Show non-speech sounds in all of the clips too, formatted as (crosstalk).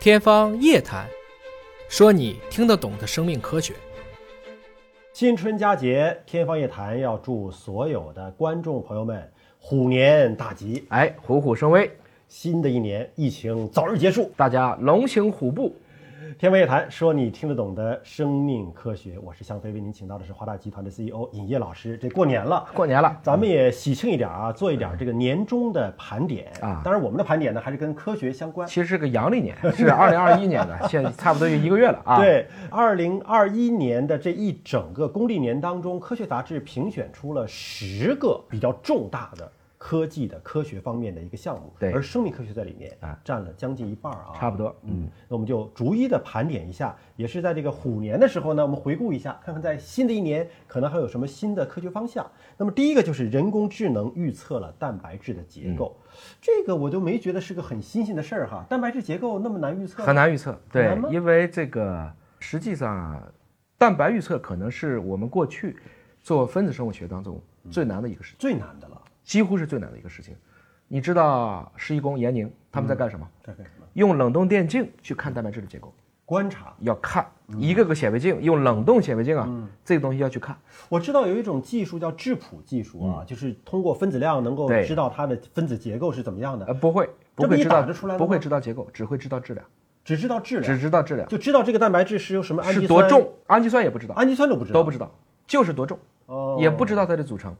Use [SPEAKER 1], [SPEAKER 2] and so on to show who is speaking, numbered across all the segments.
[SPEAKER 1] 天方夜谭，说你听得懂的生命科学。
[SPEAKER 2] 新春佳节，天方夜谭要祝所有的观众朋友们虎年大吉！
[SPEAKER 3] 哎，虎虎生威，
[SPEAKER 2] 新的一年，疫情早日结束。
[SPEAKER 3] 大家龙行虎步。
[SPEAKER 2] 天方夜谭说你听得懂的生命科学，我是向飞，为您请到的是华大集团的 CEO 尹烨老师。这过年了。
[SPEAKER 3] 过年了，
[SPEAKER 2] 咱们也喜庆一点啊，做一点这个年终的盘点
[SPEAKER 3] 啊
[SPEAKER 2] 当然，我们的盘点呢还是跟科学相关。
[SPEAKER 3] 其实是个阳
[SPEAKER 2] (laughs)
[SPEAKER 3] 历年，是二零二一年的，现在差不多有一个月了啊。，
[SPEAKER 2] 对，二零二一年的这一整个公历年当中，科学杂志评选出了十个比较重大的科技的科学方面的一个项目，
[SPEAKER 3] 对
[SPEAKER 2] 而生命科学在里面
[SPEAKER 3] 啊
[SPEAKER 2] 占了将近一半儿啊，
[SPEAKER 3] 差不多。
[SPEAKER 2] 嗯，那我们就逐一的盘点一下，也是在这个虎年的时候呢，我们回顾一下，看看在新的一年可能还有什么新的科学方向。那么第一个就是人工智能预测了蛋白质的结构，
[SPEAKER 3] 嗯
[SPEAKER 2] 这个我就没觉得是个很新鲜的事儿哈，蛋白质结构那么难预测吗，
[SPEAKER 3] 很难预测，对
[SPEAKER 2] 难吗，
[SPEAKER 3] 因为这个实际上啊，蛋白预测可能是我们过去做分子生物学当中
[SPEAKER 2] 嗯
[SPEAKER 3] 最难的一个事，
[SPEAKER 2] 最难的了，
[SPEAKER 3] 几乎是最难的一个事情。你知道施一公、严宁他们在干什么？
[SPEAKER 2] 这干什么？
[SPEAKER 3] 用冷冻电镜去看蛋白质的结构，
[SPEAKER 2] 观察。
[SPEAKER 3] 要看
[SPEAKER 2] 嗯
[SPEAKER 3] 一个个显微镜，用冷冻显微镜啊，这个东西要去看。
[SPEAKER 2] 我知道有一种技术叫质谱技术啊，就是通过分子量能够
[SPEAKER 3] 嗯对
[SPEAKER 2] 知道它的分子结构是怎么样的，
[SPEAKER 3] 呃，不会，不
[SPEAKER 2] 这不
[SPEAKER 3] 会
[SPEAKER 2] 一
[SPEAKER 3] 知道
[SPEAKER 2] 打就出来了吗
[SPEAKER 3] 不会知道结构，只会知道质量，
[SPEAKER 2] 只知道质量，
[SPEAKER 3] 只知道质量
[SPEAKER 2] 就知道这个蛋白质是由什么氨基
[SPEAKER 3] 是
[SPEAKER 2] 酸
[SPEAKER 3] 多，重，氨基酸也不知道，
[SPEAKER 2] 氨基酸都不知道，
[SPEAKER 3] 都不知道，就是多重，
[SPEAKER 2] 哦
[SPEAKER 3] 也不知道它的组成，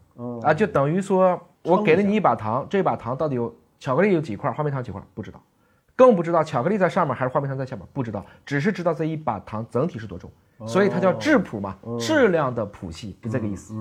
[SPEAKER 3] 啊，就等于说我给了你一把糖，这把糖到底有巧克力有几块，花蜜糖几块，不知道，更不知道巧克力在上面还是花蜜糖在下面，不知道，只是知道这一把糖整体是多重，
[SPEAKER 2] 哦
[SPEAKER 3] 所以它叫质谱嘛，质量的谱系是这个意思。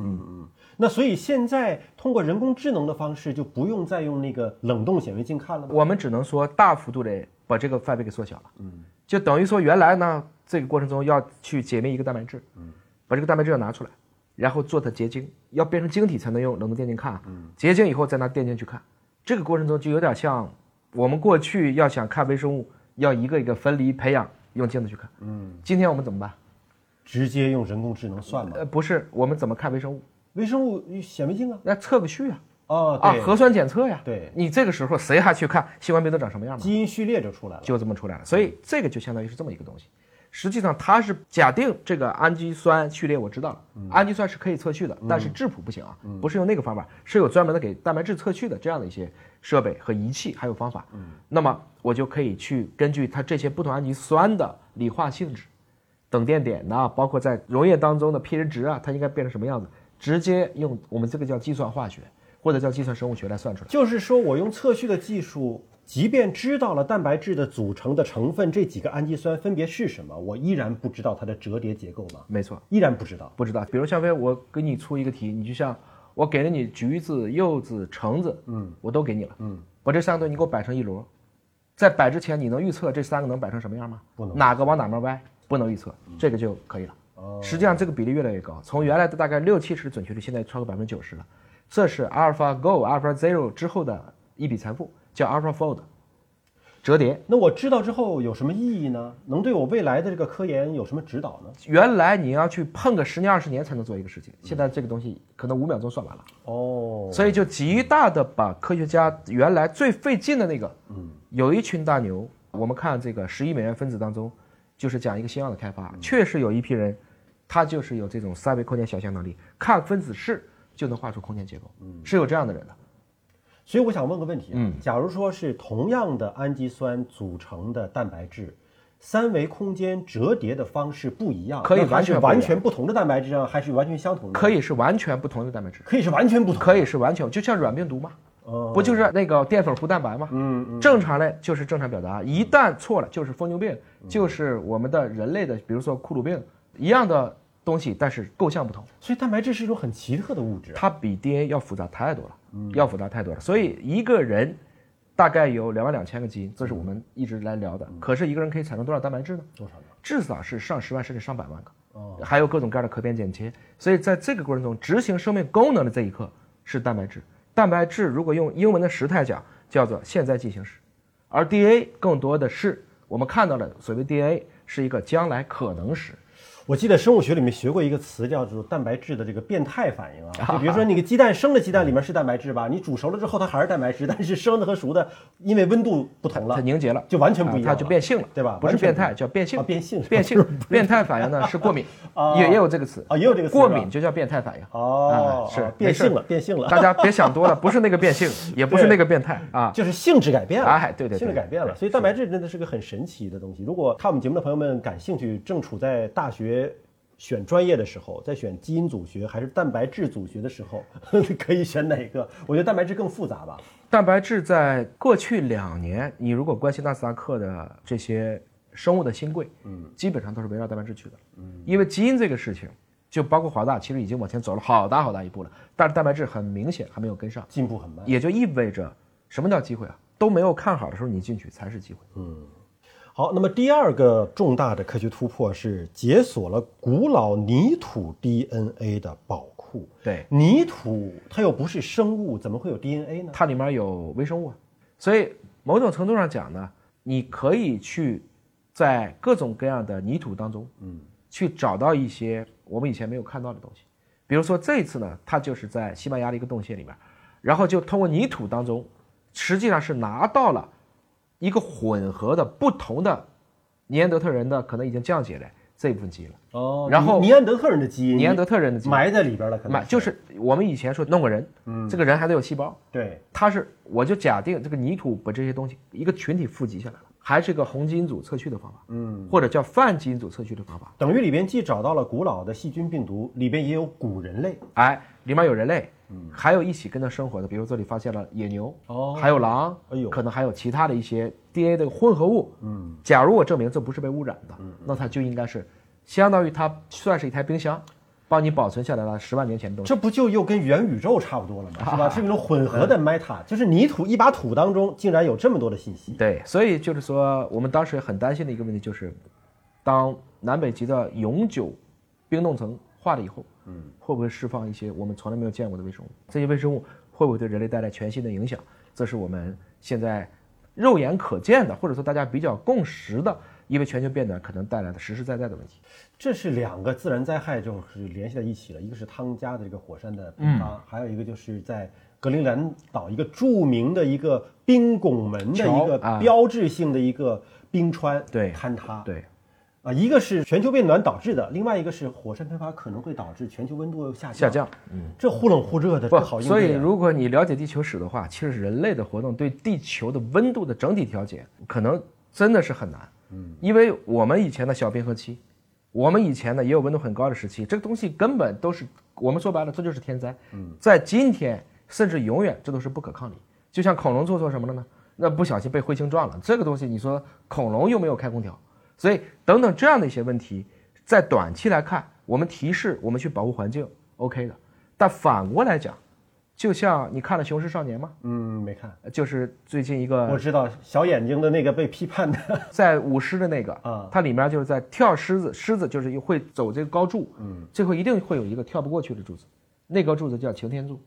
[SPEAKER 2] 那所以现在通过人工智能的方式，就不用再用那个冷冻显微镜看了吗？
[SPEAKER 3] 我们只能说大幅度的把这个范围给缩小了。嗯，就等于说原来呢，这个过程中要去解密一个蛋白质，嗯，把这个蛋白质要拿出来，然后做它结晶，要变成晶体才能用冷冻电镜看，嗯，结晶以后再拿电镜去看，这个过程中就有点像我们过去要想看微生物，要一个一个分离培养，用镜子去看，嗯，今天我们怎么办？
[SPEAKER 2] 直接用人工智能算吗？
[SPEAKER 3] 呃，不是，我们怎么看微生物？
[SPEAKER 2] 微生物显微镜啊，
[SPEAKER 3] 那测个序啊，
[SPEAKER 2] 哦，
[SPEAKER 3] 啊，
[SPEAKER 2] 对，
[SPEAKER 3] 核酸检测呀，
[SPEAKER 2] 对
[SPEAKER 3] 你这个时候谁还去看新冠病毒长什么样嘛？
[SPEAKER 2] 基因序列就出来了。
[SPEAKER 3] 就这么出来了。所以这个就相当于是这么一个东西。实际上，它是假定这个氨基酸序列我知道了，氨基酸是可以测序的，但是质谱不行啊，不是用那个方法，是有专门的给蛋白质测序的这样的一些设备和仪器，还有方法。那么我就可以去根据它这些不同氨基酸的理化性质、等电点呐、包括在溶液当中的 pH 值啊，它应该变成什么样子，直接用我们这个叫计算化学或者叫计算生物学来算出来。
[SPEAKER 2] 就是说我用测序的技术，即便知道了蛋白质的组成的成分这几个氨基酸分别是什么，我依然不知道它的折叠结构吗？
[SPEAKER 3] 没错，
[SPEAKER 2] 依然不知道。
[SPEAKER 3] 不知道。比如像飞，我给你出一个题，你就像我给了你橘子、柚子、橙子，嗯，我都给你了，嗯，把这三个东西你给我摆成一摞，在摆之前，你能预测这三个能摆成什么样吗？
[SPEAKER 2] 不能
[SPEAKER 3] 哪个往哪边歪，不能预测，这个就可以了。实际上这个比例越来越高，从原来的大概六七十准确率，现在超过百分之九十了。这是 AlphaGo、Alpha Zero 之后的一笔财富，叫 AlphaFold，折叠。
[SPEAKER 2] 那我知道之后有什么意义呢？能对我未来的这个科研有什么指导呢？
[SPEAKER 3] 原来你要去碰个十年二十年才能做一个事情，现在这个东西可能五秒钟算完了。
[SPEAKER 2] 哦，
[SPEAKER 3] 所以就极大的把科学家原来最费劲的那个，嗯，有一群大牛。我们看这个十亿美元分子当中，就是讲一个新药的开发，确实有一批人，他就是有这种三维空间想象能力，看分子式就能画出空间结构，是有这样的人的。
[SPEAKER 2] 所以我想问个问题啊，
[SPEAKER 3] 嗯
[SPEAKER 2] 假如说是同样的氨基酸组成的蛋白质，三维空间折叠的方式不一样，
[SPEAKER 3] 可以
[SPEAKER 2] 那它
[SPEAKER 3] 完
[SPEAKER 2] 是
[SPEAKER 3] 全不一样
[SPEAKER 2] 完全不同的蛋白质啊，还是完全相同的？
[SPEAKER 3] 可
[SPEAKER 2] 以，
[SPEAKER 3] 以是完全不同的蛋白质，
[SPEAKER 2] 可以是完全不同的。
[SPEAKER 3] 可以是完全就像软病毒嘛，不就是那个淀粉糊蛋白嘛？哦嗯，正常嘞就是正常表达，一旦错了就是疯牛病，就是我们的人类的，比如说库鲁病一样的东西，但是构象不同。
[SPEAKER 2] 所以蛋白质是一嗯种很奇特的物质啊。
[SPEAKER 3] 它比 DNA 要复杂太多了，要复杂太多了。所以一个人大概有两万两千个基因，这是我们一直来聊的。可是一个人可以产生多少蛋白质呢？
[SPEAKER 2] 嗯多少呢？
[SPEAKER 3] 至少是上十万甚至上百万个
[SPEAKER 2] 哦，
[SPEAKER 3] 还有各种各样的可变剪切。所以在这个过程中，执行生命功能的这一刻是蛋白质。蛋白质如果用英文的时态讲，叫做现在进行时，而 DNA 更多的是我们看到的所谓 DNA 是一个将来可能时。
[SPEAKER 2] 我记得生物学里面学过一个词，叫做蛋白质的这个变态反应啊。就比如
[SPEAKER 3] (laughs)
[SPEAKER 2] 说，你个鸡蛋生的鸡蛋里面是蛋白质吧，你煮熟了之后它还是蛋白质，但是生的和熟的因为温度不同
[SPEAKER 3] 它
[SPEAKER 2] 了，
[SPEAKER 3] 凝结了，
[SPEAKER 2] 就完全不一
[SPEAKER 3] 啊
[SPEAKER 2] 样了，
[SPEAKER 3] 它就变性了，
[SPEAKER 2] 对吧
[SPEAKER 3] 不是
[SPEAKER 2] 完全
[SPEAKER 3] 变
[SPEAKER 2] 不一样
[SPEAKER 3] 态，叫变性
[SPEAKER 2] 啊。变性是吧
[SPEAKER 3] 变性，变态反应呢是过敏，
[SPEAKER 2] (laughs) 啊
[SPEAKER 3] 也也有这个词
[SPEAKER 2] 啊也有这个词
[SPEAKER 3] 过
[SPEAKER 2] 是吧
[SPEAKER 3] 敏就叫变态反应。
[SPEAKER 2] 哦
[SPEAKER 3] 啊，是
[SPEAKER 2] 哦变性了，变性了，
[SPEAKER 3] 大家别想多了，不是那个
[SPEAKER 2] (laughs)
[SPEAKER 3] 变性，也不是
[SPEAKER 2] 对
[SPEAKER 3] 那个变态啊。
[SPEAKER 2] 就是性质改变了，
[SPEAKER 3] 哎对对对
[SPEAKER 2] 性质改变了，所以蛋白质真的是个很神奇的东西。如果看我们节目的朋友们感兴趣，正处在大学选专业的时候，在选基因组学还是蛋白质组学的时候， (laughs) 可以选哪个？我觉得蛋白质更复杂吧。
[SPEAKER 3] 蛋白质在过去两年，你如果关心纳斯达克的这些生物的新贵，嗯，基本上都是围绕蛋白质去的，嗯，因为基因这个事情，就包括华大，其实已经往前走了好大好大一步了，但是蛋白质很明显还没有跟上，
[SPEAKER 2] 进步很慢。
[SPEAKER 3] 也就意味着什么叫机会啊？都没有看好的时候，你进去才是机会。
[SPEAKER 2] 好，那么第二个重大的科学突破是解锁了古老泥土 DNA 的宝库。
[SPEAKER 3] 对，
[SPEAKER 2] 泥土它又不是生物，怎么会有 DNA 呢？
[SPEAKER 3] 它里面有微生物啊，所以某种程度上讲呢，你可以去在各种各样的泥土当中，嗯，去找到一些我们以前没有看到的东西。比如说这一次呢，它就是在西班牙的一个洞穴里面，然后就通过泥土当中，实际上是拿到了一个混合的不同的尼安德特人的可能已经降解的这一部分基因了。
[SPEAKER 2] 哦
[SPEAKER 3] 然后
[SPEAKER 2] 尼尼安德特人的基因，
[SPEAKER 3] 尼安德特人的基因
[SPEAKER 2] 埋在里边了，可能
[SPEAKER 3] 买就是我们以前说弄个人，嗯，这个人还得有细胞，
[SPEAKER 2] 对。
[SPEAKER 3] 它是我就假定这个泥土把这些东西一个群体富集下来了，还是一个红基因组测序的方法，嗯，或者叫泛基因组测序的方法。
[SPEAKER 2] 等于里边既找到了古老的细菌、病毒，里边也有古人类。
[SPEAKER 3] 哎，里面有人类，嗯，还有一起跟着生活的，比如这里发现了野牛，
[SPEAKER 2] 哦
[SPEAKER 3] 还有狼，
[SPEAKER 2] 哎呦
[SPEAKER 3] 可能还有其他的一些 DNA 的混合物，嗯，假如我证明这不是被污染的，
[SPEAKER 2] 嗯
[SPEAKER 3] 那它就应该是相当于它算是一台冰箱，帮你保存下来了十万年前的东西。
[SPEAKER 2] 这不就又跟元宇宙差不多了
[SPEAKER 3] (laughs)
[SPEAKER 2] 吗？是吧？是一种混合的 Meta，、就是 (laughs) 泥土一把土当中竟然有这么多的信息。
[SPEAKER 3] 对，所以就是说，我们当时很担心的一个问题就是，当南北极的永久冰冻层化了以后，嗯，会不会释放一些我们从来没有见过的微生物？这些微生物会不会对人类带来全新的影响？这是我们现在肉眼可见的，或者说大家比较共识的，因为全球变暖可能带来的实实在在的问题。
[SPEAKER 2] 这是两个自然灾害就是联系在一起了，一个是汤加的这个火山的喷
[SPEAKER 3] 嗯
[SPEAKER 2] 发，还有一个就是在格陵兰岛一个著名的一个冰拱门的一个
[SPEAKER 3] 桥啊
[SPEAKER 2] 标志性的一个冰川
[SPEAKER 3] 对
[SPEAKER 2] 坍塌。
[SPEAKER 3] 对，
[SPEAKER 2] 啊，一个是全球变暖导致的，另外一个是火山喷发可能会导致全球温度下降。
[SPEAKER 3] 下降。嗯
[SPEAKER 2] 这忽冷忽热的，
[SPEAKER 3] 不
[SPEAKER 2] 这好应
[SPEAKER 3] 所以，
[SPEAKER 2] 对啊
[SPEAKER 3] 如果你了解地球史的话，其实人类的活动对地球的温度的整体调节，可能真的是很难。嗯，因为我们以前的小冰河期，我们以前呢也有温度很高的时期，这个东西根本都是我们说白了，这就是天灾。嗯，在今天甚至永远，这都是不可抗力。就像恐龙做错什么了呢？那不小心被彗星撞了，这个东西你说恐龙又没有开空调，所以等等这样的一些问题，在短期来看，我们提示我们去保护环境，OK 的。但反过来讲，就像你看了《雄狮少年》吗？
[SPEAKER 2] 嗯，没看。
[SPEAKER 3] 就是最近一
[SPEAKER 2] 我
[SPEAKER 3] 个
[SPEAKER 2] 知道小眼睛的那个被批判的，
[SPEAKER 3] 在舞狮的那个
[SPEAKER 2] 啊
[SPEAKER 3] 它里面就是在跳狮子，狮子就是会走这个高柱，嗯，最后一定会有一个跳不过去的柱子，那根柱子叫擎天柱，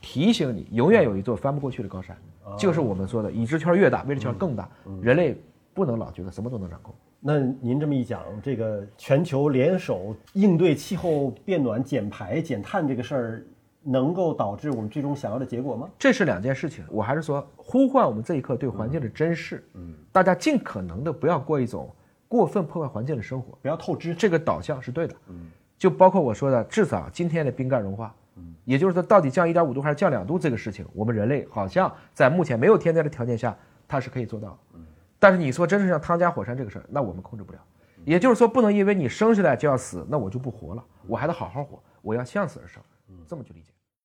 [SPEAKER 3] 提醒你永远有一座翻不过去的高山，就是我们说的，已知圈越大，未知圈更大，人类不能老觉得什么都能掌控。
[SPEAKER 2] 那您这么一讲，这个全球联手应对气候变暖、减排、减碳这个事儿，能够导致我们最终想要的结果吗？
[SPEAKER 3] 这是两件事情。我还是说，呼唤我们这一刻对环境的珍视。嗯，大家尽可能的不要过一种过分破坏环境的生活，
[SPEAKER 2] 不要透支。
[SPEAKER 3] 这个导向是对的。嗯，就包括我说的，至少今天的冰盖融化，嗯，也就是说，到底降一点五度还是降两度这个事情，我们人类好像在目前没有天灾的条件下，它是可以做到的。嗯，但是你说真是像汤加火山这个事儿，那我们控制不了。也就是说，不嗯能因为你生下来就要死，那我就不活了，我还得好好活，我要向死而生，这么去理解。